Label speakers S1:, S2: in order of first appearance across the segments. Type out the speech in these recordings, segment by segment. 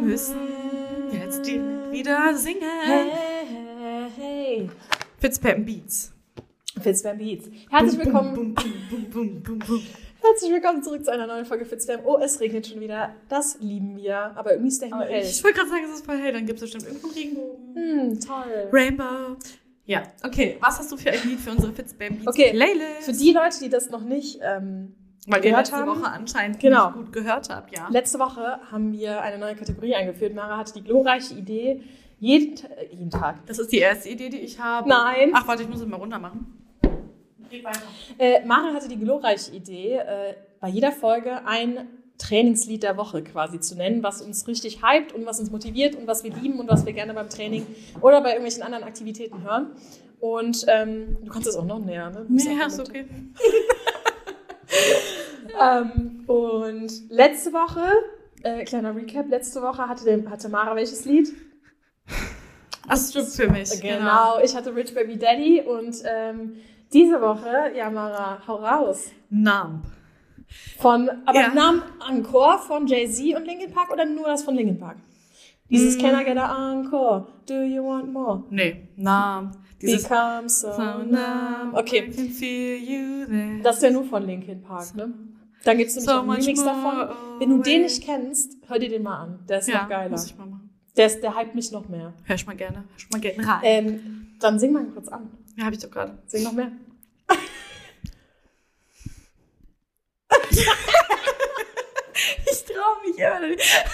S1: müssen jetzt direkt wieder singen.
S2: Hey, hey, hey.
S1: Fitzpam Beats.
S2: Fitzbam Beats. Herzlich
S1: Bum,
S2: willkommen.
S1: Bum, bum, bum, bum, bum, bum.
S2: Herzlich willkommen zurück zu einer neuen Folge Fitzbam. Oh, es regnet schon wieder. Das lieben wir. Aber irgendwie ist der Himmel
S1: Aber
S2: hell.
S1: Ich wollte gerade sagen, es ist voll hell, dann gibt es bestimmt irgendwo einen Regenbogen.
S2: Hm, toll.
S1: Rainbow. Ja, okay. Was hast du für ein Lied für unsere Fitzbam Beats
S2: Okay.
S1: Playlist?
S2: Für die Leute, die das noch nicht ähm,
S1: Weil ihr
S2: gehört
S1: letzte
S2: haben.
S1: Woche anscheinend
S2: Genau.
S1: nicht gut gehört habt, ja.
S2: Letzte Woche haben wir eine neue Kategorie eingeführt. Mara hatte die glorreiche Idee, jeden, Ta- äh, jeden Tag.
S1: Das ist die erste Idee, die ich habe.
S2: Nein.
S1: Ach, warte, ich muss es mal runter machen. Geht weiter.
S2: Äh, Mara hatte die glorreiche Idee, äh, bei jeder Folge ein Trainingslied der Woche quasi zu nennen, was uns richtig hypt und was uns motiviert und was wir lieben und was wir gerne beim Training oder bei irgendwelchen anderen Aktivitäten hören. Und ähm, du kannst es auch noch näher, ne? Du bist
S1: Nee,
S2: auch
S1: ist
S2: mit-
S1: okay.
S2: Ähm, und letzte Woche, äh, kleiner Recap, letzte Woche hatte, dem, hatte Mara welches Lied?
S1: Das stimmt für mich.
S2: Genau, ich hatte Rich Baby Daddy und ähm, diese Woche, ja Mara, hau raus.
S1: Numb.
S2: Von, aber
S1: Ja.
S2: Namen Encore von Jay-Z und Linkin Park oder nur das von Linkin Park? Dieses
S1: Mm.
S2: Can I get an Encore? Do you want more?
S1: Nee, Numb. Dieses
S2: Become so
S1: So
S2: numb.
S1: numb, I
S2: Okay,
S1: can feel you there.
S2: das ist ja nur von Linkin Park, ne? Dann gibt's nämlich
S1: So
S2: auch einen
S1: much
S2: Remix
S1: more
S2: davon. Wenn du den
S1: away.
S2: nicht kennst, hör dir den mal an. Der ist
S1: ja,
S2: noch geiler.
S1: Muss ich mal machen.
S2: Der, ist, der hypt mich noch mehr.
S1: Hör ich mal gerne. Hör ich mal gerne rein.
S2: Ähm, dann sing mal kurz an.
S1: ja, hab ich doch gerade.
S2: Sing noch mehr.
S1: Ich trau mich immer noch nicht.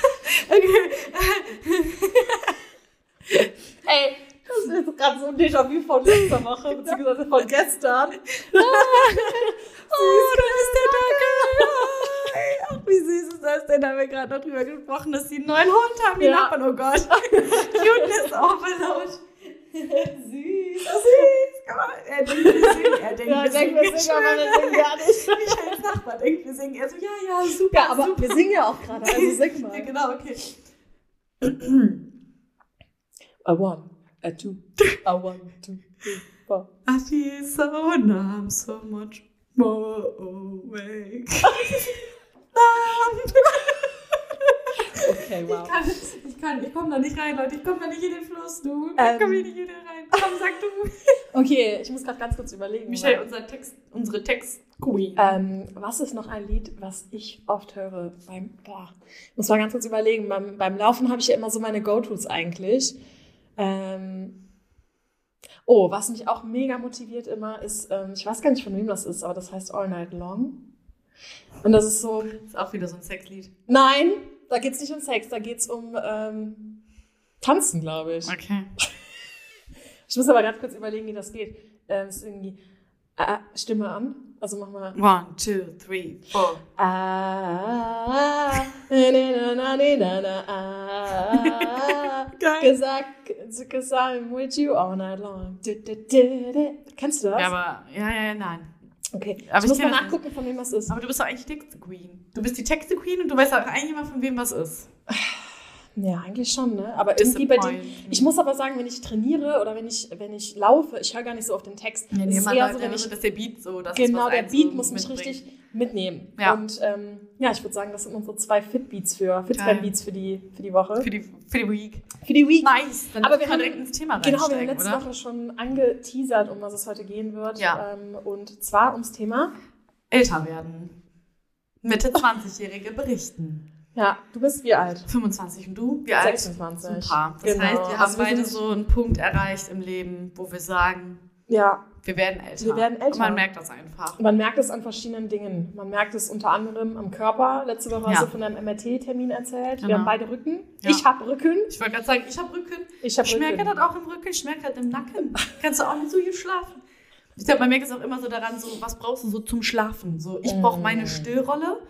S1: Okay.
S2: Ey, das ist jetzt gerade so ein Déjà-vu von letzter Woche, beziehungsweise von gestern.
S1: Oh, da ist der Dackel. Ach, wie süß ist das denn? Da haben wir gerade noch drüber gesprochen, dass sie einen neuen Hund haben, die
S2: Ja.
S1: Nachbarn. Oh Gott. Cuteness oh, overload. süß. Süß. Komm mal. Er denkt, wir singen. Er denkt,
S2: Ja,
S1: wir
S2: denk
S1: singen.
S2: mir, sing aber
S1: Ich
S2: nicht, sing gar nicht.
S1: schwöre. Michael als Nachbar denkt, wir singen. Er so, ja, ja, super,
S2: Ja, aber
S1: super.
S2: wir singen ja auch gerade, also sing mal.
S1: Ja, genau, okay.
S2: A one, a two, a one, two, three, four.
S1: I feel so numb, so much more awake.
S2: Okay, wow.
S1: Ich kann, ich kann, ich komme da nicht rein, Leute. Ich komme da nicht in den Fluss, du. Ich
S2: Ähm.
S1: komme hier nicht in den rein. Komm, sag du.
S2: Okay, ich muss gerade ganz kurz überlegen.
S1: Michelle,
S2: weil-
S1: unser Text, unsere Text-Queen.
S2: ähm, was ist noch ein Lied, was ich oft höre beim, boah, ich muss mal ganz kurz überlegen. Beim, beim Laufen habe ich ja immer so meine Go-Tos eigentlich. Ähm, oh, was mich auch mega motiviert immer ist, ähm, ich weiß gar nicht, von wem das ist, aber das heißt All Night Long. Und das ist so,
S1: Das ist auch wieder so ein Sexlied.
S2: nein, da geht's nicht um Sex, da geht's um ähm, Tanzen, glaube ich.
S1: Okay.
S2: Ich muss aber ganz kurz überlegen, wie das geht. Ähm, es ist irgendwie ah, Stimme an. Also mach mal.
S1: One, two, three, four.
S2: Ah, na, na, na, na, na, na, ah,
S1: Geil.
S2: Cause I, cause I'm with you all night long. Du, du, du, du. Kennst du das?
S1: Ja, aber, ja, ja, ja, nein.
S2: okay.
S1: aber
S2: ich
S1: ich
S2: muss mal
S1: kenn das
S2: nachgucken, von wem das ist.
S1: Aber du bist doch eigentlich die Text-Queen. Du bist die Text-Queen und du weißt auch eigentlich immer, von wem was ist.
S2: Ja, eigentlich schon, ne? Aber irgendwie bei dem.
S1: Disappoint.
S2: Ich muss aber sagen, wenn ich trainiere oder wenn ich, wenn ich laufe, ich höre gar nicht so auf den Text.
S1: Nee,
S2: es
S1: nee,
S2: ist
S1: man
S2: eher
S1: läuft
S2: so, wenn
S1: einfach
S2: ich
S1: so, dass der Beat so, das ist,
S2: Genau,
S1: was
S2: der
S1: einen
S2: Beat
S1: so
S2: muss mich
S1: mitbringt.
S2: richtig mitnehmen.
S1: Ja.
S2: Und ähm, ja, ich würde sagen, das sind unsere zwei Fitbeats für
S1: Geil.
S2: Fitbeats für die, für die Woche.
S1: Für die, für die Week.
S2: Für die Week.
S1: Nice. Dann
S2: Hm. Aber
S1: Aber
S2: wir
S1: wir
S2: haben-
S1: können direkt ins Thema
S2: Genau, wir haben
S1: reinsteigen,
S2: letzte
S1: oder?
S2: Woche schon angeteasert, um was es heute gehen wird.
S1: Ja.
S2: Ähm, und zwar ums Thema.
S1: Älter werden. Mitte 20-Jährige berichten.
S2: Ja, du bist wie alt?
S1: 25 und du? Wir alt?
S2: 26.
S1: Ein Paar. Das
S2: Genau.
S1: heißt, wir haben
S2: Also wir
S1: beide
S2: sind-
S1: so einen Punkt erreicht im Leben, wo wir sagen,
S2: Ja,
S1: wir werden älter.
S2: Wir werden älter.
S1: Und man merkt das einfach.
S2: Und Man merkt es an verschiedenen Dingen. Man merkt es unter anderem am Körper. Letzte Woche hast
S1: Ja.
S2: du von deinem MRT-Termin erzählt. Wir
S1: Genau.
S2: haben beide Rücken.
S1: Ja.
S2: Ich habe Rücken.
S1: Ich wollte gerade sagen, ich habe Rücken.
S2: Ich habe
S1: Ich merke
S2: Rücken.
S1: das auch im Rücken, ich merke das im Nacken. Kannst du auch nicht so gut schlafen. Ich glaube, man merkt es auch immer so daran, so, was brauchst du so zum Schlafen? So, ich brauche meine Stillrolle,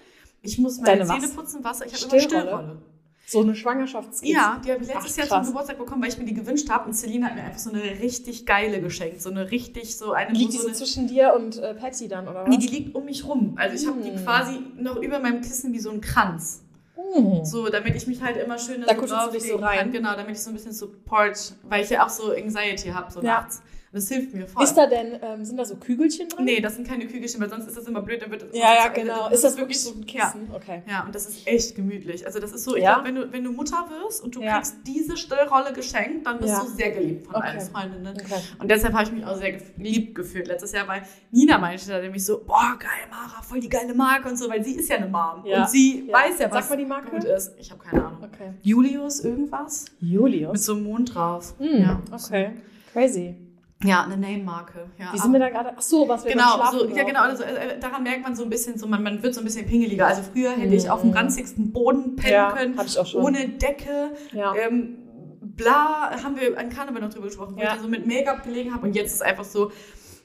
S1: ich muss meine
S2: Mm. Deine was?
S1: Zähne putzen, Wasser, ich habe immer
S2: Stillrolle?
S1: Stillrolle.
S2: So eine Schwangerschaftsskizze.
S1: Ja, die habe ich letztes
S2: Ach,
S1: Jahr zum
S2: krass.
S1: Geburtstag bekommen, weil ich mir die gewünscht habe. Und Celine hat mir einfach so eine richtig geile geschenkt. So eine richtig, so eine.
S2: Liegt die
S1: so
S2: so
S1: eine
S2: zwischen dir und äh, Patty dann, oder was?
S1: nee, die liegt um mich rum. Also ich habe die
S2: Mm.
S1: quasi noch über meinem Kissen wie so ein Kranz.
S2: Hm.
S1: So, damit ich mich halt immer schön
S2: Da kuschelst du dich so
S1: drauflegen
S2: rein.
S1: Kann, genau, damit ich so ein bisschen Support, weil ich ja auch so Anxiety habe so
S2: Ja.
S1: nachts. Und Das hilft mir voll.
S2: Ist da denn, ähm, sind da so Kügelchen drin?
S1: nee, das sind keine Kügelchen, weil sonst ist das immer blöd. Dann wird das
S2: Ja, ja,
S1: das-
S2: genau.
S1: das
S2: Ist das wirklich so ein
S1: Ja.
S2: Kissen? Okay.
S1: Ja, und das ist echt gemütlich. Also das ist so, ich
S2: Ja?
S1: glaube, wenn du, wenn du Mutter wirst und du
S2: Ja.
S1: kriegst diese Stillrolle geschenkt, dann bist
S2: Ja.
S1: du sehr geliebt von
S2: Okay.
S1: deinen Freundinnen. ne?
S2: okay.
S1: Und deshalb habe ich mich auch sehr gef- geliebt gefühlt letztes Jahr, weil Nina meinte da nämlich so, boah, geil, Mara, voll die geile Marke und so, weil sie ist ja eine Mom.
S2: Ja.
S1: Und sie weiß ja, was
S2: Sag mal die
S1: gut
S2: Marke.
S1: ist. Ich habe keine Ahnung.
S2: Okay.
S1: Julius irgendwas? Mit
S2: Julius.
S1: so einem Mond drauf.
S2: Hm,
S1: Ja.
S2: Okay. Crazy.
S1: Ja, eine Name-Marke. Ja,
S2: Wie sind wir da gerade? Ach so, was wir beim
S1: Genau,
S2: Schlafen
S1: so, ja,
S2: brauchen.
S1: genau also, äh, daran merkt man so ein bisschen, so, man, man wird so ein bisschen pingeliger. Also früher hätte ich auf dem
S2: Mhm.
S1: ranzigsten Boden pennen
S2: Ja,
S1: können,
S2: hab ich auch schon.
S1: ohne Decke,
S2: ja.
S1: ähm, bla, haben wir an Karneval noch drüber gesprochen, wo
S2: Ja.
S1: ich da so mit Make-up gelegen habe und jetzt ist einfach so,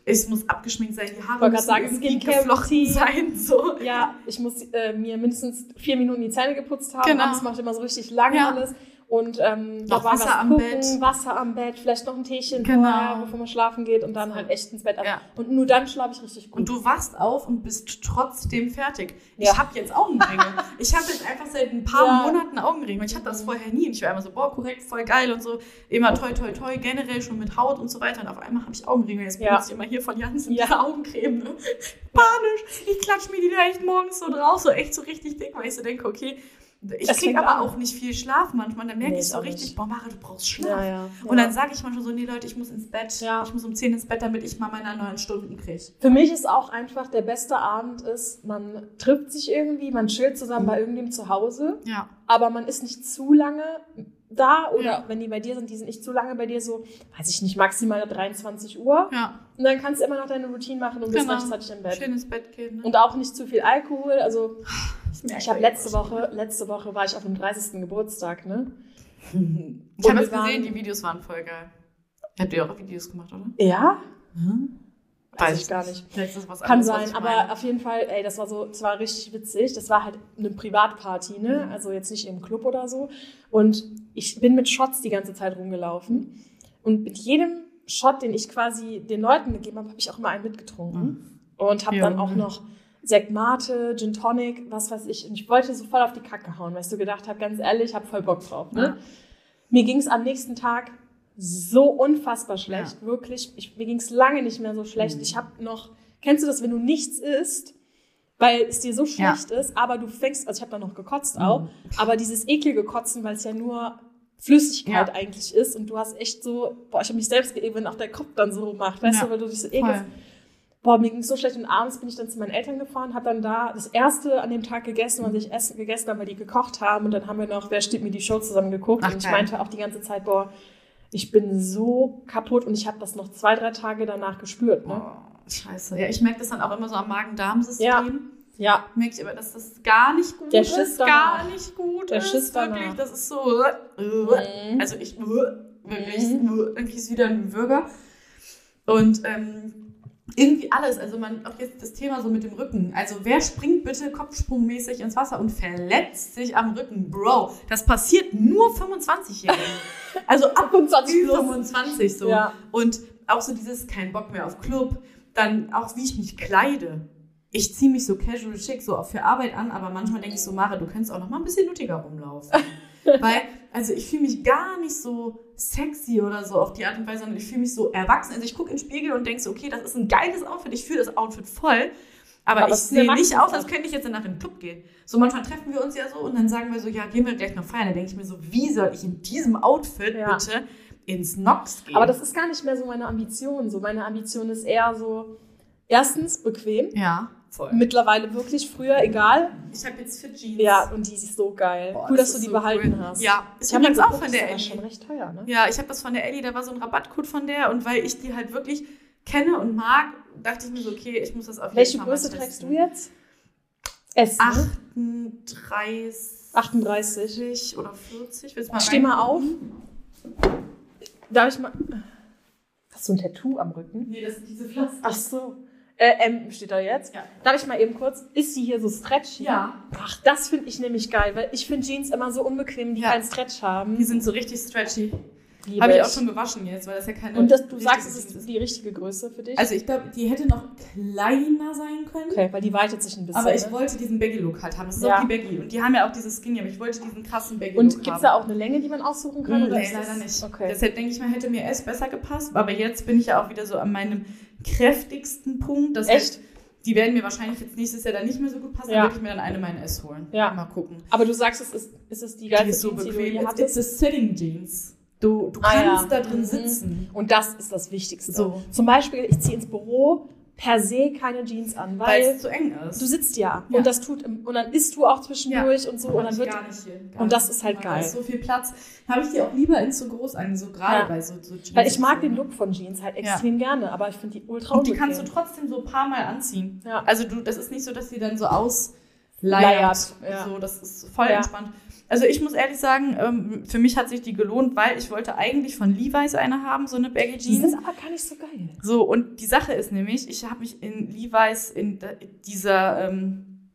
S1: es muss abgeschminkt sein, die Haare
S2: Wollte
S1: müssen
S2: gerade sagen,
S1: irgendwie
S2: Skincare
S1: geflochten
S2: Routine.
S1: sein, so.
S2: Ja, ich muss äh, mir mindestens vier Minuten die Zähne geputzt haben.
S1: Genau.
S2: Genau. Das macht immer so richtig lange
S1: Ja.
S2: alles. Und ähm,
S1: Noch
S2: dabei
S1: Wasser
S2: was
S1: am
S2: gucken,
S1: Bett.
S2: Wasser am Bett, vielleicht noch ein Teechen
S1: Genau.
S2: vorher, bevor man schlafen geht und dann halt echt ins Bett. ab.
S1: Ja.
S2: Und nur dann schlafe ich richtig gut.
S1: Und du wachst auf und bist trotzdem fertig.
S2: Ja.
S1: Ich habe jetzt Augenringe. ich habe jetzt einfach seit ein paar
S2: Ja. Mhm.
S1: Monaten Augenringe. Und ich hatte das vorher nie. Und ich war immer so, boah, korrekt, voll geil und so. Immer toi, toi, toi, generell schon mit Haut und so weiter. Und auf einmal habe ich Augenringe. Jetzt
S2: Ja.
S1: benutze ich immer hier von Janssen
S2: Ja.
S1: diese Augencreme. Ne? Panisch. Ich klatsch mir die da echt morgens so drauf. So echt so richtig dick, weil ich so denke, okay, ich
S2: Das
S1: kriege
S2: fängt
S1: aber
S2: an.
S1: auch nicht viel Schlaf manchmal. Dann merke
S2: Nee,
S1: ich so
S2: auch nicht.
S1: richtig, boah, Mara, du brauchst Schlaf.
S2: ja, ja, ja.
S1: Und dann sage ich manchmal so, nee Leute, ich muss ins Bett.
S2: Ja.
S1: Ich muss um 10 ins Bett, damit ich mal meine neun Stunden kriege.
S2: Für mich ist auch einfach der beste Abend ist, man trifft sich irgendwie, man chillt zusammen bei irgendjemandem zu Hause,
S1: Ja.
S2: aber man ist nicht zu lange da oder
S1: Ja.
S2: wenn die bei dir sind, die sind nicht zu lange bei dir so, weiß ich nicht, maximal 23 Uhr.
S1: Ja.
S2: Und dann kannst du immer noch deine Routine machen und
S1: Genau.
S2: bist rechtzeitig im Bett.
S1: Schön ins Bett gehen. Ne?
S2: Und auch nicht zu viel Alkohol. Also ich habe letzte
S1: Woche.
S2: Woche, letzte Woche war ich auf dem 30. Geburtstag, ne?
S1: Ich habe
S2: Und
S1: es
S2: wir
S1: gesehen,
S2: waren-
S1: die Videos waren voll geil. Habt ihr auch Videos gemacht, oder?
S2: Ja?
S1: Weiß
S2: Weiß ich
S1: ich
S2: gar nicht.
S1: Vielleicht ist das was
S2: Kann
S1: anderes, was
S2: sein,
S1: ich meine.
S2: aber auf jeden Fall, ey, das war so, das war richtig witzig. Das war halt eine Privatparty, ne?
S1: Mhm.
S2: Also jetzt nicht im Club oder so. Und ich bin mit Shots die ganze Zeit rumgelaufen. Und mit jedem Shot, den ich quasi den Leuten gegeben habe, habe ich auch immer einen mitgetrunken. Und habe
S1: Mhm. Ja.
S2: dann auch noch Sekt Mate, Gin Tonic, was weiß ich. Und ich wollte so voll auf die Kacke hauen, weil ich so gedacht habe, ganz ehrlich, ich habe voll Bock drauf. Ne?
S1: Ja.
S2: Mir ging es am nächsten Tag so unfassbar schlecht, wirklich. Ich, mir ging es lange nicht mehr so schlecht.
S1: Mhm.
S2: Ich habe noch, kennst du das, wenn du nichts isst, weil es dir so
S1: Ja. Mhm.
S2: schlecht ist, aber du fängst, also ich habe dann noch gekotzt auch, aber dieses eklige Kotzen, weil es ja nur Flüssigkeit
S1: Ja.
S2: eigentlich ist und du hast echt so, boah, ich habe mich selbst geekelt, wenn auch der Kopf dann so macht, weißt
S1: Ja.
S2: du, weil du dich so ekelst.
S1: Voll.
S2: Boah, mir ging so schlecht und abends bin ich dann zu meinen Eltern gefahren, habe dann da das erste an dem Tag gegessen, was ich essen, gegessen habe, weil die gekocht haben und dann haben wir noch, wer steht mir die Show zusammen geguckt
S1: Ach,
S2: und ich
S1: geil.
S2: meinte auch die ganze Zeit, boah, ich bin so kaputt und ich habe das noch zwei, drei Tage danach gespürt. Ne?
S1: Oh, scheiße. Ja, ich merke das dann auch immer so am Magen-Darm-System.
S2: Ja. Ja,
S1: Merke ich aber, dass das gar nicht gut
S2: Der
S1: ist.
S2: Schiss
S1: gar
S2: danach.
S1: nicht gut
S2: Der
S1: ist.
S2: Schiss danach.
S1: Wirklich, das ist so. Also ich wirklich, dann kriegst du wieder einen Würger. Und ähm, irgendwie alles, also man, auch jetzt das Thema so mit dem Rücken. Also wer springt bitte kopfsprungmäßig ins Wasser und verletzt sich am Rücken? Bro, das passiert nur 25-Jährigen. also ab
S2: 25 plus.
S1: 25 so.
S2: Ja.
S1: Und auch so dieses kein Bock mehr auf Club, dann auch wie ich mich kleide. Ich ziehe mich so casual schick so auch für Arbeit an, aber manchmal denke ich so, Mara, du könntest auch noch mal ein bisschen nuttiger rumlaufen. Weil, also ich fühle mich gar nicht so sexy oder so auf die Art und Weise, sondern ich fühle mich so erwachsen. Also ich gucke in den Spiegel und denke so, okay, das ist ein geiles Outfit, ich fühle das Outfit voll. Aber,
S2: Aber
S1: ich
S2: es ist ein
S1: sehe nicht aus, als
S2: Erwachsenes-Outfit.
S1: könnte ich jetzt danach in den Club gehen. So manchmal treffen wir uns ja so und dann sagen wir so, ja, gehen wir gleich noch feiern. Dann denke ich mir so, wie soll ich in diesem Outfit
S2: Ja.
S1: bitte ins Nox gehen?
S2: Aber das ist gar nicht mehr so meine Ambition. So meine Ambition ist eher so, erstens bequem,
S1: ja, voll.
S2: mittlerweile wirklich, früher egal.
S1: Ich habe jetzt für Jeans.
S2: Ja, und die ist so geil.
S1: Boah,
S2: cool,
S1: das
S2: dass du
S1: ist
S2: die
S1: so
S2: behalten
S1: cool.
S2: hast.
S1: Ja, ist
S2: ich halt habe
S1: übrigens
S2: jetzt
S1: auch von der
S2: schon
S1: Ellie.
S2: recht teuer, ne?
S1: Ja, ich habe das von der Ellie, da war so ein Rabattcode von der und weil ich die halt wirklich kenne und mag, dachte ich mir so, okay, ich muss das auf jeden
S2: Welche
S1: Fall
S2: Größe
S1: mal
S2: trägst
S1: testen.
S2: du jetzt? S. Ne?
S1: 38
S2: 38.
S1: oder 40. Willst du mal
S2: Steh
S1: rein? Mhm.
S2: mal auf. Darf ich mal. Hast du ein Tattoo am Rücken?
S1: Nee, das sind diese Pflaster.
S2: Ach so. Äh, M steht da jetzt.
S1: Ja.
S2: Darf ich mal eben kurz? Ist sie hier so stretchy?
S1: Ja.
S2: Ach, das finde ich nämlich geil, weil ich finde Jeans immer so unbequem, die
S1: Ja.
S2: keinen Stretch haben.
S1: Die sind so richtig stretchy.
S2: Liebe
S1: Habe ich auch schon gewaschen jetzt, weil das ja keine.
S2: Und das, du
S1: richtige
S2: sagst, es
S1: Jeans
S2: ist die richtige Größe für dich?
S1: Also ich glaube, die hätte noch kleiner sein können.
S2: okay, weil die weitet sich ein bisschen.
S1: Aber ich
S2: ne?
S1: wollte diesen Baggy-Look halt haben. Das ist
S2: Ja.
S1: auch die Baggy. Und die haben ja auch dieses Skinny, aber ich wollte diesen krassen Baggy-Look
S2: Und
S1: haben. Mm,
S2: gibt es da auch eine Länge, die man aussuchen kann?
S1: Nee,
S2: oder ist
S1: leider
S2: das-
S1: nicht.
S2: Okay.
S1: Deshalb denke ich mal, hätte mir S besser gepasst. Aber jetzt bin ich ja auch wieder so an meinem kräftigsten Punkt. Das heißt,
S2: Echt?
S1: die werden mir wahrscheinlich jetzt nächstes Jahr dann nicht mehr so gut passen.
S2: Ja.
S1: Dann würde ich mir dann eine meiner S holen.
S2: Ja.
S1: Mal gucken.
S2: Aber du sagst, es ist, es ist die
S1: Die
S2: geilste
S1: ist so
S2: Jeans, die du
S1: bequem.
S2: je
S1: It's, it's
S2: hattest.
S1: a sitting jeans. Du, du
S2: Ah, ja.
S1: kannst da drin
S2: Mhm.
S1: sitzen.
S2: Und das ist das Wichtigste.
S1: So.
S2: Zum Beispiel, ich ziehe ins Büro per se keine Jeans an,
S1: Weil
S2: weil
S1: es zu eng ist.
S2: du sitzt ja,
S1: Ja.
S2: und das tut im, und dann isst du auch zwischendurch und so und dann
S1: Ich
S2: wird
S1: gar nicht hier. Gar
S2: und das
S1: nicht.
S2: ist halt
S1: Da
S2: geil.
S1: Ist so viel Platz. Habe ich die auch lieber in zu groß an, so gerade
S2: Ja.
S1: bei so, so Jeans.
S2: weil ich mag den Look von Jeans halt
S1: Ja.
S2: extrem gerne, aber ich finde die ultra
S1: Und die
S2: unbequem.
S1: kannst du trotzdem so ein paar Mal anziehen.
S2: ja.
S1: Also du, das ist nicht so, dass sie dann so ausleiert.
S2: Leiert, ja.
S1: So, das ist voll
S2: Ja.
S1: entspannt. Also ich muss ehrlich sagen, ähm, für mich hat sich die gelohnt, weil ich wollte eigentlich von Levi's eine haben, so eine Baggy
S2: Die
S1: Jeans.
S2: sind aber gar nicht so geil.
S1: So, und die Sache ist nämlich, ich habe mich in Levi's, in da- dieser, ähm,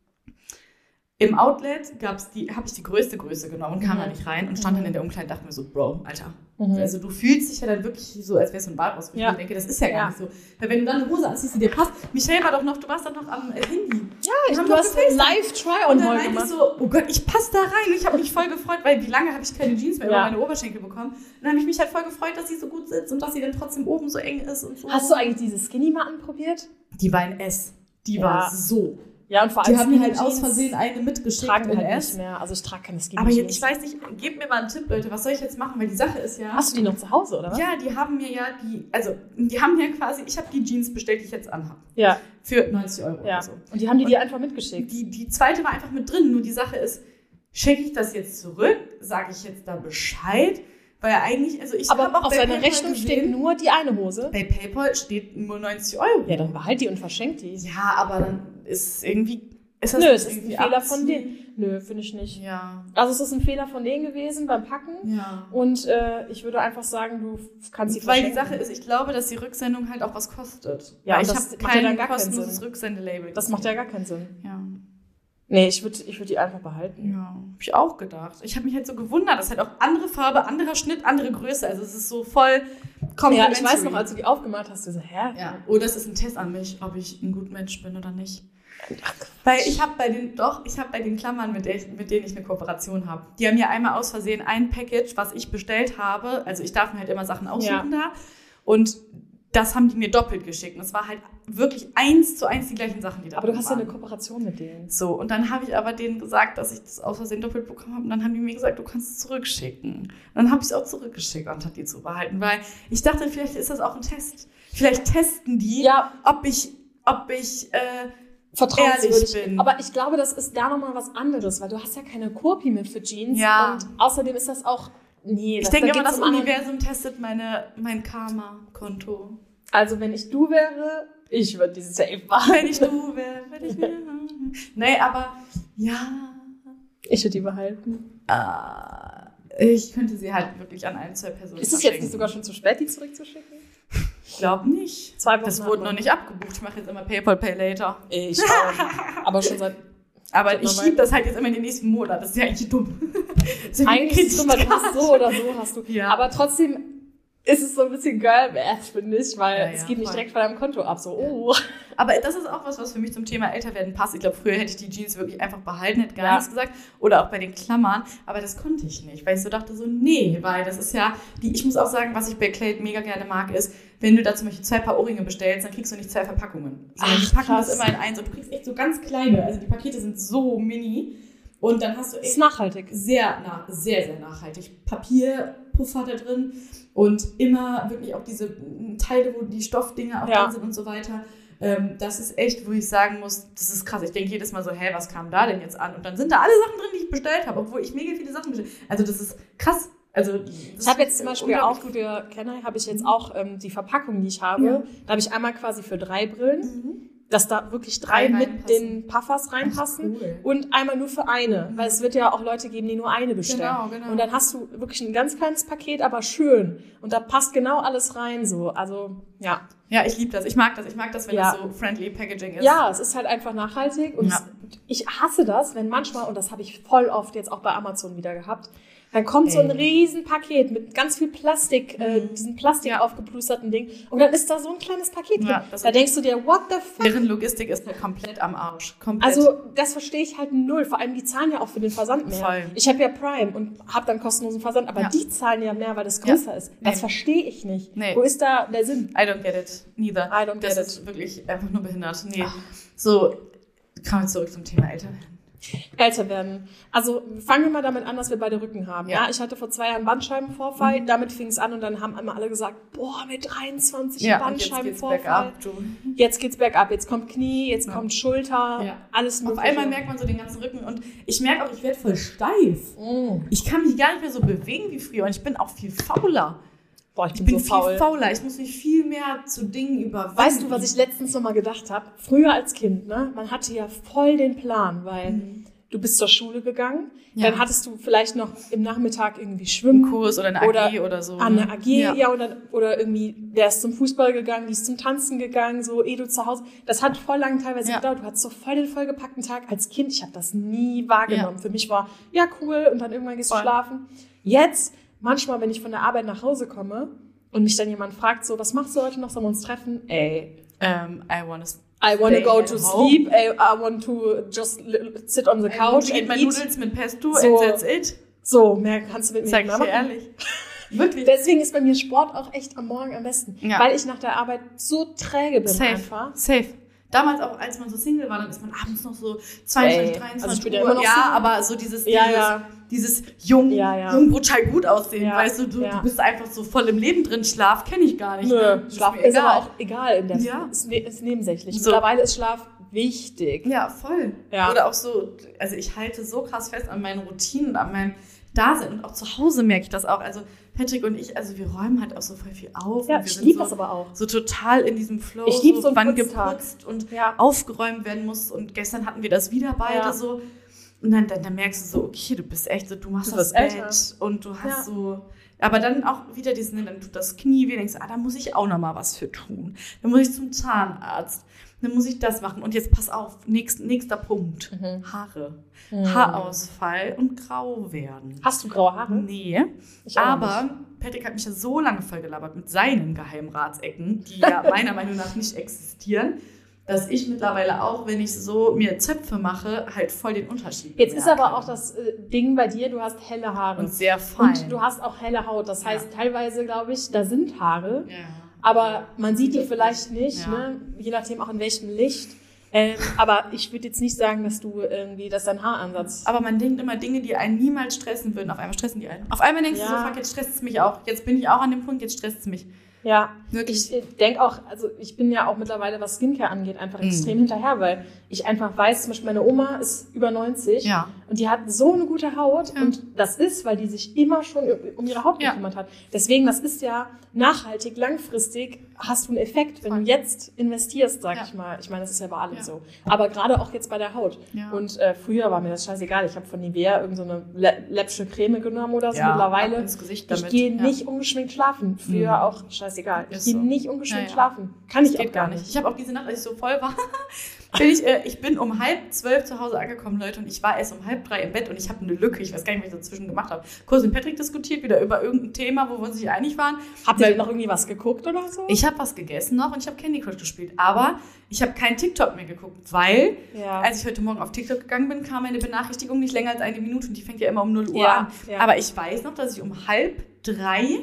S1: im Outlet gab's die, habe ich die größte Größe genommen und kam
S2: Mhm.
S1: da nicht rein und stand
S2: Mhm.
S1: dann in der Umkleide und dachte mir so, Bro, Alter,
S2: Also,
S1: also du fühlst dich ja dann wirklich so, als wärst du ein Bad raus.
S2: Ja.
S1: Ich denke, das ist ja gar
S2: Ja.
S1: nicht so. Weil wenn du dann eine Hose anziehst, die dir passt, Michelle war doch noch, du warst doch noch am äh, Handy. Ja,
S2: ich, du hast einen
S1: Und
S2: Live-Try-On heute
S1: dann meinte ich
S2: gemacht.
S1: so, oh Gott, ich passe da rein. Und ich habe mich voll gefreut, weil wie lange habe ich keine Jeans mehr über
S2: Ja.
S1: meine Oberschenkel bekommen. Und dann habe ich mich halt voll gefreut, dass sie so gut sitzt und dass sie dann trotzdem oben so eng ist und so.
S2: Hast du eigentlich diese Skinny-Matten probiert?
S1: die war in S. Die
S2: Ja.
S1: war so.
S2: Ja, und vor allem
S1: Die haben mir halt
S2: Skinny
S1: aus Versehen eine
S2: Jeans
S1: mitgeschickt
S2: tragen
S1: in
S2: wir halt nicht
S1: S.
S2: mehr. Also ich trage keine Skinny
S1: Aber jetzt,
S2: Jeans.
S1: ich weiß nicht, gebt mir mal einen Tipp, Leute. Was soll ich jetzt machen? Weil die Sache ist ja...
S2: Hast du die noch zu Hause, oder was?
S1: Ja, die haben mir ja die, also die haben ja quasi, ich habe die Jeans bestellt, die ich jetzt anhabe.
S2: Ja.
S1: Für 90 Euro
S2: ja.
S1: oder so.
S2: Und die haben die dir einfach mitgeschickt.
S1: Also. Die, die zweite war einfach mit drin, nur die Sache ist, schicke ich das jetzt zurück? Sage ich jetzt da Bescheid? Weil eigentlich, also ich habe
S2: aber
S1: auch
S2: auf
S1: bei
S2: seiner
S1: PayPal
S2: Rechnung
S1: gesehen,
S2: steht nur die eine Hose.
S1: bei PayPal steht nur 90 Euro.
S2: Ja, dann behalt die und verschenk die.
S1: Ja, aber dann ist es irgendwie, ist das
S2: Nö, es ist ein
S1: irgendwie
S2: Fehler von
S1: abziehen?
S2: denen. Nö, finde ich nicht.
S1: Ja.
S2: Also es ist ein Fehler von denen gewesen beim Packen.
S1: Ja.
S2: Und äh, ich würde einfach sagen, du f- kannst sie
S1: Weil die
S2: verschenken.
S1: Sache ist, ich glaube, dass die Rücksendung halt auch was kostet.
S2: Ja,
S1: Weil
S2: und
S1: ich
S2: das
S1: habe
S2: macht ja
S1: kein
S2: dann gar keinen
S1: kostenloses
S2: Sinn.
S1: Rücksendelabel.
S2: Das macht ja gar keinen Sinn.
S1: ja.
S2: Nee, ich würde ich würd die einfach behalten.
S1: Ja, hab ich auch gedacht. Ich habe mich halt so gewundert. Das hat auch andere Farbe, anderer Schnitt, andere Größe. Also es ist so voll
S2: Ja,
S1: complementary.
S2: ich weiß noch, als du die aufgemacht hast, du so, hä?
S1: Ja. Oder es ist ein Test an mich, ob ich ein gut Mensch bin oder nicht.
S2: Ach, Quatsch.
S1: Weil ich habe bei den, doch, ich habe bei den Klammern, mit, der ich, mit denen ich eine Kooperation habe, die haben mir einmal aus Versehen ein Package, was ich bestellt habe. Also ich darf mir halt immer Sachen aussuchen da. Und das haben die mir doppelt geschickt. Und es war halt wirklich eins zu eins die gleichen Sachen, die da
S2: Aber du
S1: drin
S2: hast ja
S1: waren.
S2: eine Kooperation mit denen.
S1: So, und dann habe ich aber denen gesagt, dass ich das aus Versehen doppelt bekommen habe. Und dann haben die mir gesagt, du kannst es zurückschicken. Und dann habe ich es auch zurückgeschickt, anstatt die zu behalten. Weil ich dachte, vielleicht ist das auch ein Test. Vielleicht testen die,
S2: Ja,
S1: ob ich, ob ich, äh,
S2: vertrauenswürdig.
S1: Ehrlich bin.
S2: Aber ich glaube, das ist da nochmal was anderes, weil du hast ja keine Kurpi mit für Jeans.
S1: Ja.
S2: Und außerdem ist das auch... Nee,
S1: ich
S2: das,
S1: denke
S2: da
S1: immer,
S2: geht's
S1: das
S2: um andere-
S1: Universum testet meine, mein Karma-Konto.
S2: Also wenn ich du wäre, ich würde diese Safe machen.
S1: Wenn ich du wäre, wenn ich mir. Nee, aber ja.
S2: Ich würde die behalten.
S1: Äh, ich könnte sie halt wirklich an ein, zwei Personen
S2: Ist es jetzt
S1: verschenken.
S2: nicht sogar schon zu spät, die zurückzuschicken?
S1: Ich glaube nicht.
S2: Zwei Wochen
S1: Das
S2: hat
S1: wurde
S2: man.
S1: noch nicht abgebucht. Ich mache jetzt immer PayPal Pay later.
S2: Äh, Ich auch. Aber schon seit.
S1: Aber
S2: Sollte
S1: ich
S2: man
S1: schiebe das halt jetzt immer in den nächsten Monat. Das ist ja eigentlich dumm. Das ist ja wie
S2: Eigentlich ist es immer, du hast
S1: Kreditkarte.
S2: so oder so hast du.
S1: Ja.
S2: Aber trotzdem ist es so ein bisschen girl math finde ich, weil
S1: Ja, ja,
S2: es geht nicht
S1: voll. Äh,
S2: direkt von deinem Konto ab. So, oh.
S1: Aber das ist auch was, was für mich zum Thema Älterwerden passt. Ich glaube, früher hätte ich die Jeans wirklich einfach behalten, hätte gar
S2: Ja.
S1: nichts gesagt. Oder auch bei den Klammern. Aber das konnte ich nicht, weil ich so dachte, so, nee, weil das ist ja, die, ich muss auch sagen, was ich bei Clade mega gerne mag, ist, wenn du da zum Beispiel zwei Paar Ohrringe bestellst, dann kriegst du nicht zwei Verpackungen. Sondern
S2: Ach,
S1: die packen
S2: krass.
S1: das immer in eins und du kriegst echt so ganz kleine. Also die Pakete sind so mini. Und dann hast du echt
S2: Ist nachhaltig.
S1: sehr, na, sehr, sehr nachhaltig. Papierpuffer da drin und immer wirklich auch diese mm, Teile, wo die Stoffdinge auch
S2: Ja.
S1: drin sind und so weiter. Ähm, das ist echt, wo ich sagen muss, das ist krass. Ich denke jedes Mal so, hä, was kam da denn jetzt an? Und dann sind da alle Sachen drin, die ich bestellt habe, obwohl ich mega viele Sachen bestellt habe. Also das ist krass. Also das
S2: Ich habe jetzt zum
S1: ist
S2: Beispiel auch
S1: unglaublich Mhm.
S2: für Kenner habe ich jetzt auch ähm, die Verpackung, die ich habe.
S1: Ja.
S2: Da habe ich einmal quasi für drei
S1: gut.
S2: Brillen,
S1: Mhm.
S2: dass da wirklich drei,
S1: Drei
S2: mit
S1: reinpassen.
S2: den Puffers reinpassen.
S1: Cool.
S2: Und einmal nur für eine, weil es wird ja auch Leute geben, die nur eine bestellen.
S1: Genau, genau.
S2: Und dann hast du wirklich ein ganz kleines Paket, aber schön. Und da passt genau alles rein so. Also ja.
S1: ja, ich liebe das. Ich mag das. Ich mag das, wenn
S2: Ja.
S1: das so friendly Packaging ist.
S2: Ja, es ist halt einfach nachhaltig. Und
S1: Ja.
S2: es, ich hasse das, wenn manchmal, und das habe ich voll oft jetzt auch bei Amazon wieder gehabt, Dann kommt so ein
S1: Ey.
S2: riesen Paket mit ganz viel Plastik, äh,
S1: Mhm.
S2: diesem Plastik
S1: Ja.
S2: aufgeplusterten Ding. Und dann ist da so ein kleines Paket
S1: Ja,
S2: drin.
S1: das
S2: Da
S1: ist-
S2: denkst du dir, what the fuck?
S1: Deren Logistik ist halt komplett am Arsch. Komplett.
S2: Also das verstehe ich halt null. Vor allem die zahlen ja auch für den Versand mehr.
S1: Voll.
S2: Ich habe ja Prime und habe dann kostenlosen Versand, aber
S1: Ja.
S2: die zahlen ja mehr, weil das größer ist. Das
S1: Nee.
S2: verstehe ich nicht.
S1: Nee.
S2: Wo ist da der Sinn?
S1: I don't get it. Neither.
S2: I don't
S1: das
S2: get
S1: ist wirklich einfach nur behindert. Nee. So, kommen wir zurück zum Thema Eltern.
S2: Älter werden. Also fangen wir mal damit an, dass wir beide Rücken haben. Ja,
S1: Ja. Mhm.
S2: ich hatte vor zwei Jahren Bandscheibenvorfall. Damit fing es an und dann haben immer alle gesagt, boah, mit 23
S1: und jetzt geht's
S2: Bandscheibenvorfall.
S1: bergab. Du.
S2: Jetzt, geht's bergab. Jetzt kommt Knie, jetzt
S1: Ja.
S2: kommt Schulter,
S1: Ja.
S2: alles
S1: Auf
S2: mögliche.
S1: einmal merkt man so den ganzen Rücken und ich merke auch, ich werde voll steif.
S2: Mm.
S1: Ich kann mich gar nicht mehr so bewegen wie früher und ich bin auch viel fauler.
S2: Boah, ich bin,
S1: Ich bin
S2: so faul.
S1: viel fauler. Ich muss mich viel mehr zu Dingen überwinden.
S2: Weißt du, was ich letztens nochmal gedacht habe? Früher als Kind, ne? Man hatte ja voll den Plan, weil du bist zur Schule gegangen,
S1: Mhm. Ja.
S2: dann hattest du vielleicht noch im Nachmittag irgendwie
S1: einen
S2: Schwimmen,
S1: Kurs oder eine AG
S2: Oder
S1: oder, so.
S2: an eine
S1: ne?
S2: AG, ja, oder, oder irgendwie, der ist zum Fußball gegangen, die ist zum Tanzen gegangen, so Edu zu Hause. Das hat voll lang teilweise
S1: Ja.
S2: gedauert. Du hattest so voll den vollgepackten Tag als Kind. Ich habe das nie wahrgenommen. Für mich war, ja, cool, und dann irgendwann gehst du
S1: Voll.
S2: schlafen. Jetzt, manchmal, wenn ich von der Arbeit nach Hause komme und mich dann jemand fragt, so, was machst du heute noch, sollen wir uns treffen? Ey,
S1: Ähm, I wanna
S2: I want to
S1: Stay
S2: go
S1: at
S2: to
S1: home.
S2: sleep. I, I want to just li- sit on the couch and
S1: eat my
S2: eat.
S1: noodles mit Pesto
S2: So.
S1: and that's it.
S2: So, mehr kannst du mit mir
S1: Sag ich
S2: nicht
S1: dir
S2: mehr machen.
S1: ehrlich. Wirklich.
S2: Deswegen ist bei mir Sport auch echt am Morgen am besten.
S1: Ja.
S2: Weil ich nach der Arbeit so träge bin
S1: Safe.
S2: einfach.
S1: Safe. Damals auch, als man so Single war, dann ist man abends noch so 22,
S2: Ey,
S1: 23
S2: also ich bin
S1: Uhr.
S2: ja immer noch
S1: ja,
S2: Single.
S1: aber so dieses,
S2: Ja,
S1: dieses,
S2: ja.
S1: dieses jung,
S2: Ja, ja.
S1: jung, brutal gut aussehen.
S2: Ja,
S1: weißt du, du,
S2: ja.
S1: du bist einfach so voll im Leben drin. Schlaf kenne ich gar nicht. ne?
S2: Nö,
S1: Ist
S2: Schlaf
S1: mir
S2: ist
S1: egal.
S2: aber auch egal in der
S1: Ja.
S2: ist, ne, ist nebensächlich.
S1: So.
S2: Mittlerweile ist Schlaf wichtig.
S1: Ja, voll.
S2: Ja.
S1: Oder auch so, also ich halte so krass fest an meinen Routinen und an meinem Dasein. Und auch zu Hause merke ich das auch. Also Patrick und ich, also wir räumen halt auch so voll viel auf.
S2: Ja,
S1: und wir
S2: ich
S1: sind
S2: liebe
S1: so,
S2: das aber auch.
S1: so total in diesem Flow.
S2: Ich liebe so einen
S1: wann
S2: Putztag.
S1: geputzt und
S2: Ja.
S1: aufgeräumt werden muss. Und gestern hatten wir das wieder beide
S2: Ja.
S1: so. Und dann, dann, dann merkst du so, okay, du bist echt so, du machst
S2: Du
S1: das
S2: wirst älter.
S1: Bett und du hast
S2: Ja.
S1: so. Aber dann auch wieder diesen, dann tut das Knie weh, denkst, du, ah, da muss ich auch noch mal was für tun. Dann muss ich zum Zahnarzt. Dann muss ich das machen. Und jetzt pass auf, nächst, nächster Punkt.
S2: Mhm.
S1: Haare.
S2: Hm.
S1: Haarausfall und grau werden.
S2: Hast du graue Haare?
S1: Nee,
S2: Ich auch nicht.
S1: aber Patrick hat mich ja so lange vollgelabert mit seinen geheimen Ratsecken, die ja meiner Meinung nach nicht existieren, dass ich mittlerweile auch, wenn ich so mir Zöpfe mache, halt voll den Unterschied
S2: Jetzt ist
S1: merke.
S2: aber auch das äh, Ding bei dir, du hast helle Haare.
S1: Und sehr fein.
S2: Und du hast auch helle Haut. Das
S1: Ja.
S2: heißt, teilweise, glaube ich, da sind Haare,
S1: ja.
S2: aber man sieht die vielleicht nicht,
S1: Ja.
S2: ne? je nachdem auch in welchem Licht. Ähm, aber ich würde jetzt nicht sagen, dass du irgendwie, dass dein Haaransatz.
S1: Aber man denkt immer Dinge, die einen niemals stressen würden. Auf einmal stressen die einen. Auf einmal denkst du
S2: Ja.
S1: so, fuck, jetzt stresst es mich auch. Jetzt bin ich auch an dem Punkt, jetzt stresst es mich.
S2: ja,
S1: Wirklich.
S2: ich denke auch, also ich bin ja auch mittlerweile, was Skincare angeht, einfach
S1: Mhm.
S2: extrem hinterher, weil ich einfach weiß, zum Beispiel meine Oma ist über 90
S1: Ja.
S2: und die hat so eine gute Haut
S1: Ja.
S2: und das ist, weil die sich immer schon um ihre Haut
S1: Ja.
S2: gekümmert hat. Deswegen, das ist ja nachhaltig, langfristig hast du einen Effekt, wenn
S1: Voll.
S2: du jetzt investierst, sag
S1: Ja.
S2: ich mal. Ich meine, das ist ja bei allem
S1: Ja.
S2: so. Aber gerade auch jetzt bei der Haut.
S1: ja.
S2: Und äh, früher war mir das scheißegal. Ich habe von Nivea irgendeine so eine lä- läppische Creme genommen oder so.
S1: Ja, ab
S2: Mittlerweile,
S1: ins Gesicht
S2: ich
S1: damit.
S2: gehe
S1: Ja.
S2: nicht ungeschminkt schlafen. Früher
S1: Mhm.
S2: auch scheißegal. Ich
S1: Ist
S2: gehe
S1: so.
S2: nicht ungeschminkt
S1: Ja, ja.
S2: schlafen. Kann ich
S1: Das
S2: auch gar nicht.
S1: Ich habe auch diese Nacht, als ich so voll war, bin ich, äh, ich bin um halb zwölf zu Hause angekommen, Leute, und ich war erst um halb drei im Bett und ich habe eine Lücke. Ich weiß gar nicht, was ich dazwischen gemacht habe. Kurz mit Patrick diskutiert, wieder über irgendein Thema, wo wir uns nicht einig waren.
S2: Habt ihr
S1: Weil-
S2: denn noch irgendwie was geguckt oder so?
S1: Ich habe was gegessen noch und ich habe Candy Crush gespielt, aber ich habe keinen TikTok mehr geguckt, weil
S2: ja.
S1: als ich heute Morgen auf TikTok gegangen bin, kam meine Benachrichtigung nicht länger als eine Minute und die fängt ja immer um 0 Uhr an.
S2: ja, ja.
S1: Aber ich weiß noch, dass ich um halb drei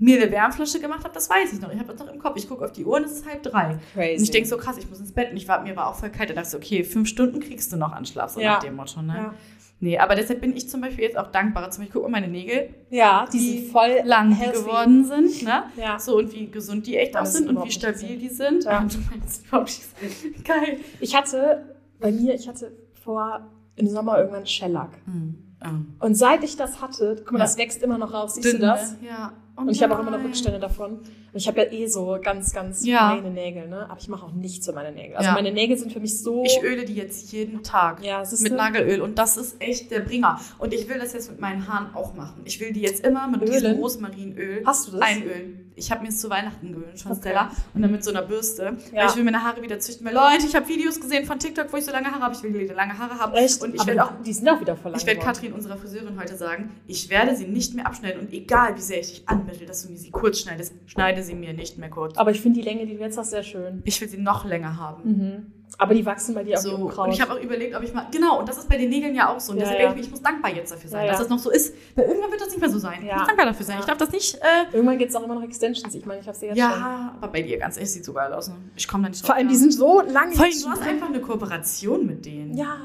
S1: mir eine Wärmflasche gemacht habe, das weiß ich noch. Ich habe das noch im Kopf. Ich gucke auf die Uhr und es ist halb drei.
S2: crazy.
S1: Und ich denke so, krass, ich muss ins Bett. Und ich war, mir war auch voll kalt. Da dachte ich, so, okay, fünf Stunden kriegst du noch an Schlaf, so
S2: Ja.
S1: nach dem Motto. Ne?
S2: ja.
S1: Nee, aber deshalb bin ich zum Beispiel jetzt auch dankbarer. Zum Beispiel, guck mal, meine Nägel
S2: ja, die,
S1: Die
S2: sind voll
S1: lang die
S2: Äh, healthy.
S1: geworden sind. Ne?
S2: Ja.
S1: So, und wie gesund die echt auch
S2: Alles
S1: sind und
S2: überhaupt
S1: wie
S2: nicht
S1: stabil
S2: gesehen.
S1: die sind.
S2: Ja.
S1: Ah, Du meinst überhaupt nicht. Geil.
S2: Ich hatte bei mir, ich hatte vor im Sommer irgendwann Shellac.
S1: Hm. Ah.
S2: Und seit ich das hatte, guck mal,
S1: Ja.
S2: das wächst immer noch raus. Siehst du das?
S1: ne? Ja.
S2: Und ich habe auch immer noch Rückstände davon. Und ich habe ja eh so ganz, ganz
S1: Ja.
S2: feine Nägel, ne? Aber ich mache auch nichts für meine Nägel. Also
S1: Ja.
S2: meine Nägel sind für mich so.
S1: Ich öle die jetzt jeden Tag.
S2: ja, es ist
S1: Mit Nagelöl und das ist echt der Bringer. Und ich will das jetzt mit meinen Haaren auch machen. Ich will die jetzt immer mit
S2: Ölen?
S1: diesem Rosmarinöl
S2: Hast du das?
S1: einölen. Ich habe mir es zu Weihnachten gewöhnt von
S2: Okay.
S1: Stella und dann mit so einer Bürste.
S2: Ja.
S1: Weil ich will meine Haare wieder züchten. Weil Leute, ich habe Videos gesehen von TikTok, wo ich so lange Haare habe. Ich will wieder lange Haare haben.
S2: Echt?
S1: Und ich
S2: Aber
S1: werde auch.
S2: die sind auch wieder verlangt.
S1: Ich werde Katrin, unserer Friseurin, heute sagen, ich werde sie nicht mehr abschneiden. Und egal, wie sehr ich dich anmittle, dass du mir sie kurz schneidest, schneide sie mir nicht mehr kurz.
S2: Aber ich finde die Länge, die du jetzt hast, sehr schön.
S1: Ich will sie noch länger haben.
S2: Mhm. Aber die wachsen bei dir auf
S1: So,
S2: dem Kraut.
S1: und ich habe auch überlegt, ob ich mal. Genau, und das ist bei den Nägeln ja auch so. Und
S2: Ja,
S1: deshalb
S2: ja.
S1: denke ich, mir, ich muss dankbar jetzt dafür sein,
S2: Ja, ja.
S1: dass das noch so ist. Weil irgendwann wird das nicht mehr so sein.
S2: Ja.
S1: Ich muss dankbar dafür sein.
S2: Ja.
S1: Ich darf das nicht. Äh,
S2: Irgendwann geht es auch immer noch Extensions. Ich meine, ich habe sie jetzt schon.
S1: ja, aber bei dir, ganz ehrlich, sieht so geil aus. Ne? Ich komme da nicht drauf.
S2: Vor allem, die
S1: klar.
S2: sind so lang.
S1: Vor allem, du hast einfach eine Kooperation mit denen.
S2: Ja.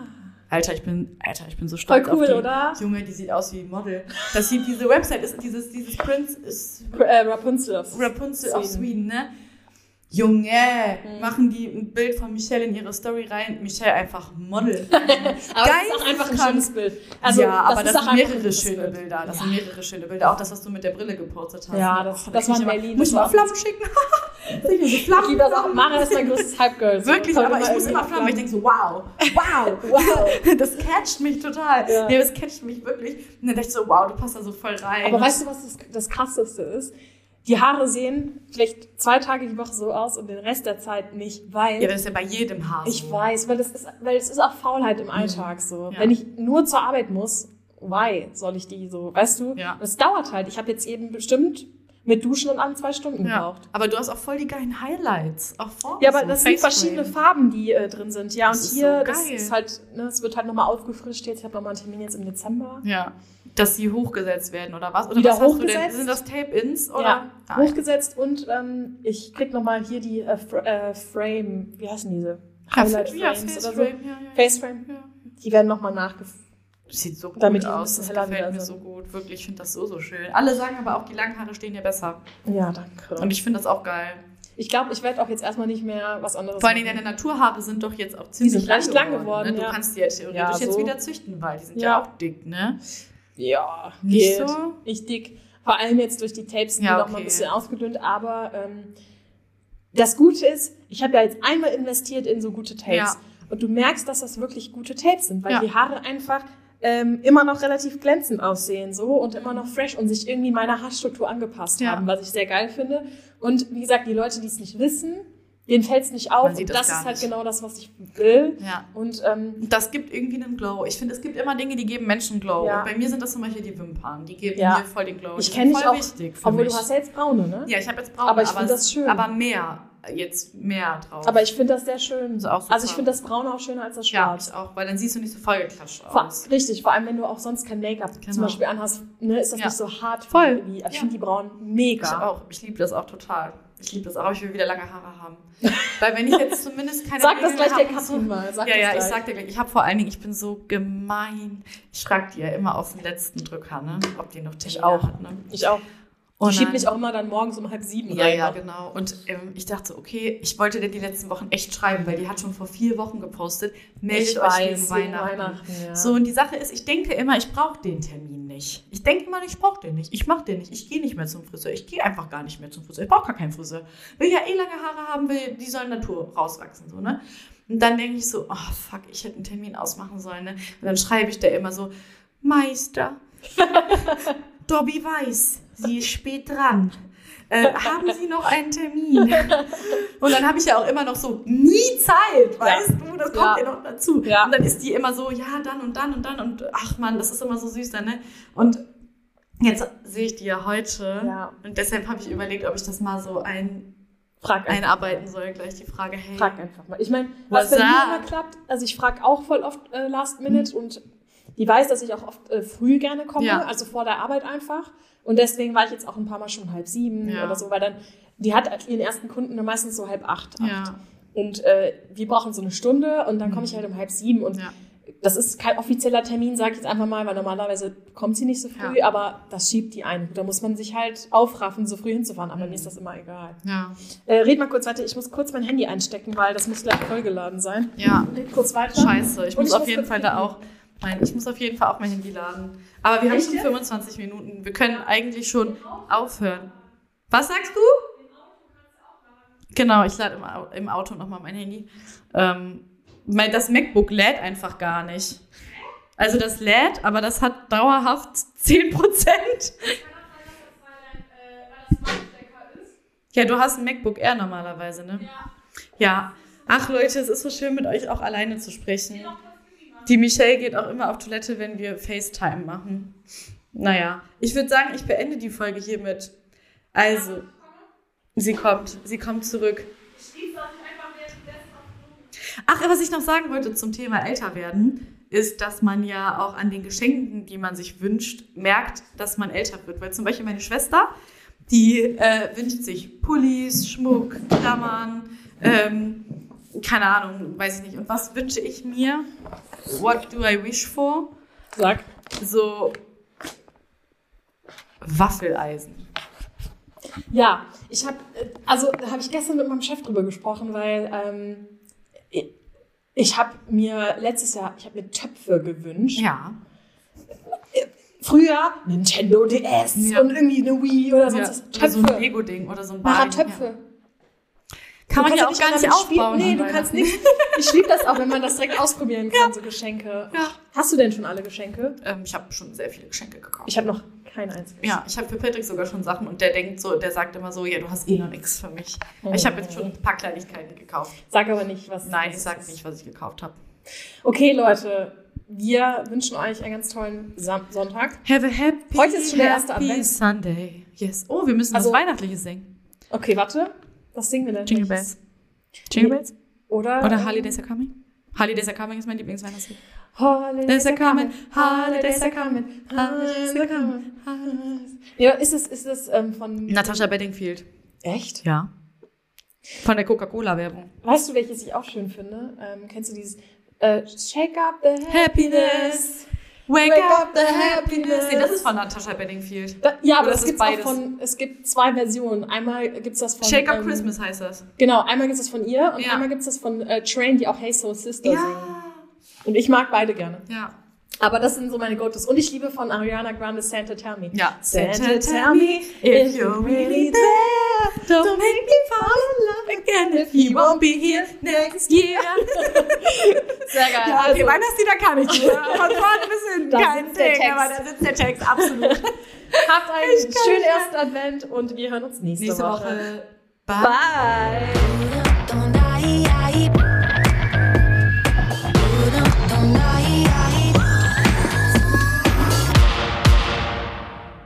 S1: Alter, ich bin, Alter, ich bin so
S2: Voll
S1: stolz auf
S2: cool,
S1: die.
S2: oder?
S1: Junge, die sieht aus wie Model. Das sieht diese Website ist dieses dieses Prince ist
S2: Äh, Rapunzel. aufs-
S1: Rapunzel of
S2: Sweden.
S1: Sweden, ne? Junge,
S2: Mhm.
S1: machen die ein Bild von Michelle in ihre Story rein. Michelle einfach Model.
S2: Aber das ist auch einfach ein
S1: Geisteskrank.
S2: schönes Bild. Also,
S1: ja, aber
S2: ist auch
S1: das, sind
S2: einfach ein
S1: mehrere
S2: gutes
S1: schöne
S2: Bild.
S1: Bilder. Das sind mehrere schöne Bilder. Auch das, was du mit der Brille gepostet hast.
S2: Ja, das-
S1: Oh,
S2: das
S1: da
S2: war in
S1: krieg ich immer-
S2: Berlin,
S1: Muss ich
S2: das
S1: mal
S2: war-
S1: Flammen schicken? Seh ich so Flammen,
S2: Liebe, das auch
S1: Flammen.
S2: Mara ist mein größtes Hype-Girl. So,
S1: Wirklich,
S2: komm,
S1: aber ich
S2: mal
S1: muss immer
S2: irgendwie
S1: flammen. Ich denke so, wow, wow, wow. Das catcht mich total.
S2: Ja.
S1: Nee, das catcht mich wirklich. Und dann dachte ich so, wow, du passt da so voll rein.
S2: Aber weißt du, was das, das Krasseste ist? Die Haare sehen vielleicht zwei Tage die Woche so aus und den Rest der Zeit nicht, weil
S1: ja, das ist ja bei jedem Haar
S2: ich
S1: so.
S2: weiß, weil das ist, weil es ist auch Faulheit im Alltag so.
S1: Mhm. Ja.
S2: Wenn ich nur zur Arbeit muss, why soll ich die so, weißt du?
S1: Ja.
S2: Das dauert halt. Ich habe jetzt eben bestimmt mit Duschen und allem zwei Stunden
S1: Ja.
S2: gebraucht.
S1: Aber du hast auch voll die geilen Highlights. Auch vor
S2: Ja, aber das sind
S1: Faceframe.
S2: verschiedene Farben, die äh, drin sind. Ja, und
S1: Das ist
S2: hier,
S1: so
S2: das
S1: geil.
S2: ist halt, ne, es wird halt nochmal aufgefrischt jetzt. Ich habe nochmal einen Termin jetzt im Dezember.
S1: Ja. Dass sie hochgesetzt werden oder was? Oder
S2: Wieder
S1: was hast du denn?
S2: hochgesetzt?
S1: Sind das Tape-Ins? Oder?
S2: Ja,
S1: Ah,
S2: hochgesetzt und ähm, ich krieg nochmal hier die äh, Fr äh, Frame, wie heißen diese?
S1: ja,
S2: Highlight
S1: ja,
S2: Frames
S1: Face
S2: oder so.
S1: Frame. Ja, ja, ja.
S2: Face Frame.
S1: Ja.
S2: Die werden nochmal nachgefragt.
S1: Sieht so gut
S2: Damit die ein bisschen
S1: aus. Das
S2: heller
S1: gefällt
S2: wieder
S1: mir
S2: sind.
S1: so gut. Wirklich, ich finde das so, so schön. Alle sagen aber auch, die langen Haare stehen dir besser.
S2: Ja, danke.
S1: Und ich finde das auch geil.
S2: ich glaube, ich werde auch jetzt erstmal nicht mehr was anderes
S1: Vor allen Dingen
S2: machen.
S1: deine Naturhaare sind doch jetzt auch
S2: sind
S1: ziemlich
S2: leicht lang geworden,
S1: ne?
S2: ja.
S1: Du kannst die ja theoretisch
S2: Ja, so.
S1: jetzt wieder züchten, weil die sind ja,
S2: Ja.
S1: auch dick, ne?
S2: Ja,
S1: Nicht
S2: geht.
S1: so?
S2: Ich dick. Vor allem jetzt durch die Tapes sind
S1: Ja,
S2: die noch mal ein
S1: okay.
S2: bisschen ausgedünnt, aber ähm, das Gute ist, ich habe ja jetzt einmal investiert in so gute Tapes.
S1: Ja.
S2: Und du merkst, dass das wirklich gute Tapes sind, weil
S1: Ja.
S2: die Haare einfach ähm, immer noch relativ glänzend aussehen so und immer noch fresh und sich irgendwie meiner Haarstruktur angepasst
S1: Ja.
S2: haben, was ich sehr geil finde. Und wie gesagt, die Leute, die es nicht wissen, denen fällt es nicht auf.
S1: Man sieht
S2: und
S1: das
S2: das
S1: gar
S2: ist halt
S1: nicht.
S2: genau das, was ich will.
S1: Ja.
S2: Und ähm,
S1: Und das gibt irgendwie einen Glow. Ich finde, es gibt immer Dinge, die geben Menschen Glow.
S2: Ja.
S1: Und bei mir sind das zum Beispiel die Wimpern. Die geben
S2: Ja.
S1: mir voll den Glow.
S2: Ich
S1: Die
S2: kenn
S1: sind
S2: dich
S1: voll
S2: auch,
S1: wichtig für
S2: obwohl
S1: mich.
S2: du hast ja jetzt braune, ne?
S1: Ja, ich habe jetzt braun,
S2: Aber ich find
S1: es-
S2: das schön.
S1: Aber mehr, jetzt mehr drauf.
S2: Aber ich finde das sehr schön.
S1: Ist auch super.
S2: also ich finde das Braune auch schöner als das
S1: ja,
S2: Schwarz.
S1: ich auch, weil dann siehst du nicht so vollgeklatscht
S2: Vor,
S1: aus.
S2: richtig, vor allem wenn du auch sonst kein Make-up zum
S1: Genau.
S2: Beispiel anhast, ne, ist das
S1: Ja.
S2: nicht so hart.
S1: Voll.
S2: Wie, ich
S1: Ja.
S2: finde die Braunen
S1: Ich
S2: mega.
S1: auch, ich liebe das auch total. Ich liebe das auch, aber ich will wieder lange Haare haben. weil wenn ich jetzt zumindest keine
S2: Sag das
S1: Regeln
S2: gleich der
S1: habe,
S2: Katrin mal. Sag
S1: ja, ja, ich
S2: das
S1: sag dir gleich. Ich habe vor allen Dingen, ich bin so gemein. Ich frag die ja immer auf den letzten Drücker, ne? Ob die noch Termine
S2: auch.
S1: hat, ne?
S2: ich auch.
S1: Oh
S2: Die schiebt
S1: nein.
S2: mich auch immer dann morgens um halb sieben
S1: Ja,
S2: rein.
S1: ja, genau. Und ähm, ich dachte, so, okay, ich wollte dir die letzten Wochen echt schreiben, weil die hat schon vor vier Wochen gepostet, meldet
S2: Ich
S1: euch
S2: weiß,
S1: wegen
S2: wegen
S1: Weihnachten.
S2: Weihnachten, ja.
S1: So, und die Sache ist, ich denke immer, ich brauche den Termin nicht. Ich denke mal, ich brauche den nicht. Ich mache den nicht. Ich gehe nicht mehr zum Friseur. Ich gehe einfach gar nicht mehr zum Friseur. Ich brauche gar keinen Friseur. Will ja eh lange Haare haben, will, die sollen Natur rauswachsen. So, ne? Und dann denke ich so, oh fuck, ich hätte einen Termin ausmachen sollen. Ne? Und dann schreibe ich da immer so, Meister, Dobby weiß, sie ist spät dran. Äh, haben Sie noch einen Termin? Und dann habe ich ja auch immer noch so nie Zeit, weißt du, das kommt
S2: Ja.
S1: ja noch dazu.
S2: Ja.
S1: Und dann ist die immer so, ja, dann und dann und dann und ach man, das ist immer so süß dann, ne? Und jetzt sehe ich die ja heute
S2: Ja.
S1: und deshalb habe ich überlegt, ob ich das mal so ein,
S2: Frag einfach.
S1: einarbeiten soll, gleich die Frage, hey,
S2: Frag einfach mal. Ich meine,
S1: Was
S2: was bei
S1: sag?
S2: mir immer klappt, also ich frage auch voll oft äh, Last Minute und die weiß, dass ich auch oft äh, früh gerne komme,
S1: Ja.
S2: also vor der Arbeit einfach. Und deswegen war ich jetzt auch ein paar Mal schon um halb sieben
S1: Ja.
S2: oder so, weil dann, die hat ihren ersten Kunden dann meistens so halb acht. acht.
S1: ja,
S2: Und äh, wir brauchen so eine Stunde und dann komme ich halt um halb sieben. Und
S1: ja,
S2: das ist kein offizieller Termin, sage ich jetzt einfach mal, weil normalerweise kommt sie nicht so früh, aber das schiebt die ein. Da muss man sich halt aufraffen, so früh hinzufahren, aber
S1: Mhm.
S2: mir ist das immer egal.
S1: ja,
S2: Äh, red mal kurz weiter, ich muss kurz mein Handy einstecken, weil das muss gleich vollgeladen sein.
S1: ja,
S2: Red kurz weiter.
S1: scheiße, Also ich
S2: Und
S1: muss
S2: ich
S1: auf
S2: muss
S1: jeden
S2: kurz
S1: Fall da
S2: pipi.
S1: auch Nein, ich muss auf jeden Fall auch mein Handy laden. Aber wir haben
S2: Echt
S1: schon
S2: jetzt? Genau.
S1: 25 Minuten. Wir können eigentlich schon aufhören. Was sagst du? Genau, ich lade im, Au- im Auto nochmal mein Handy. Ähm, mein, das MacBook lädt einfach gar nicht. Also das lädt, aber das hat dauerhaft 10%. Ja, du hast ein MacBook Air normalerweise, ne? Ja. Ach Leute, es ist so schön, mit euch auch alleine zu sprechen.
S2: Genau.
S1: Die Michelle geht auch immer auf Toilette, wenn wir FaceTime machen. Naja, ich würde sagen, ich beende die Folge hiermit. Also, sie kommt, sie kommt zurück. Ach, was ich noch sagen wollte zum Thema älter werden, ist, dass man ja auch an den Geschenken, die man sich wünscht, merkt, dass man älter wird. Weil zum Beispiel meine Schwester, die äh, wünscht sich Pullis, Schmuck, Klammern, ähm, keine Ahnung, weiß ich nicht. Und was wünsche ich mir? What do I wish for?
S2: Sag.
S1: So Waffeleisen.
S2: Ja, ich habe, also da habe ich gestern mit meinem Chef drüber gesprochen, weil ähm, ich, ich habe mir letztes Jahr, ich habe mir Töpfe gewünscht.
S1: Ja.
S2: Früher Nintendo DS
S1: Ja.
S2: und irgendwie eine Wii oder
S1: ja.
S2: sonst was.
S1: Oder Also, so ein
S2: Töpfe.
S1: Lego-Ding oder so ein
S2: Mara,
S1: Barbie.
S2: Töpfe.
S1: Ja. Kann
S2: Du
S1: man
S2: kannst
S1: ja auch
S2: nicht
S1: gar nicht
S2: damit spielen.
S1: aufbauen. ne,
S2: Nee,
S1: an
S2: du kannst
S1: Weihnachten.
S2: nicht. Ich liebe das auch, wenn man das direkt ausprobieren kann, so Geschenke.
S1: Ja.
S2: Hast du denn schon alle Geschenke?
S1: Ähm, ich habe schon sehr viele Geschenke gekauft.
S2: Ich habe noch kein einziges.
S1: ja, ich habe für Patrick sogar schon Sachen und der denkt so, der sagt immer so, ja, du hast eh noch nichts für mich.
S2: Oh.
S1: Ich habe jetzt schon ein paar Kleinigkeiten gekauft.
S2: Sag aber nicht, was. was
S1: Nein, ich
S2: es
S1: sage
S2: ist.
S1: nicht, was ich gekauft habe.
S2: Okay, Leute, wir wünschen euch einen ganz tollen Sam Sonntag.
S1: Have a happy,
S2: Heute ist schon der erste
S1: happy
S2: Advent.
S1: Sunday. Yes. Oh, wir müssen
S2: Also-
S1: was Weihnachtliches singen.
S2: Okay, warte. Was singen wir denn?
S1: Jingle
S2: Welches?
S1: Bells. Jingle Bells?
S2: Oder?
S1: Oder Holidays are coming. Holidays are coming ist mein Lieblingsweihnachtslied.
S2: Holidays are coming. Holidays are coming. Holidays are coming.
S1: coming.
S2: Ja, ist es, ist es ähm, von.
S1: Natascha Bedingfield.
S2: Echt?
S1: Ja. Von der Coca-Cola-Werbung.
S2: Weißt du, welches ich auch schön finde? Ähm, kennst du dieses äh, Shake up the happiness?
S1: Happiness. Wake,
S2: Wake
S1: up,
S2: up
S1: the
S2: the
S1: happiness.
S2: happiness.
S1: Nee, das ist von Natascha Bedingfield.
S2: Da, ja,
S1: Oder
S2: aber
S1: ist
S2: das
S1: es
S2: gibt's auch
S1: beides?
S2: von, es gibt zwei Versionen. Einmal gibt's das von.
S1: Shake Up
S2: ähm,
S1: Christmas heißt das.
S2: Genau, einmal gibt's das von ihr und
S1: Ja.
S2: einmal gibt's das von äh, Train, die auch Hey Soul Sister singen.
S1: Ja.
S2: Und ich mag beide gerne.
S1: Also, Ja.
S2: Aber das sind so meine Gottes. Und ich liebe von Ariana Grande Santa Tell Me.
S1: Ja.
S2: Santa tell me if you're really there.
S1: Don't make me fall in love again if he won't be here next year.
S2: Sehr geil.
S1: Ja, also, die
S2: also,
S1: Weihnachtslieder kann ich nicht. Von vorne bis hinten
S2: Da
S1: kein
S2: sitzt der
S1: Ding,
S2: Text.
S1: aber da sitzt der Text absolut.
S2: habt einen
S1: Ich kann
S2: schönen
S1: nicht mehr.
S2: ersten Advent und wir hören uns nächste,
S1: Nächste Woche. Bye.
S2: Bye.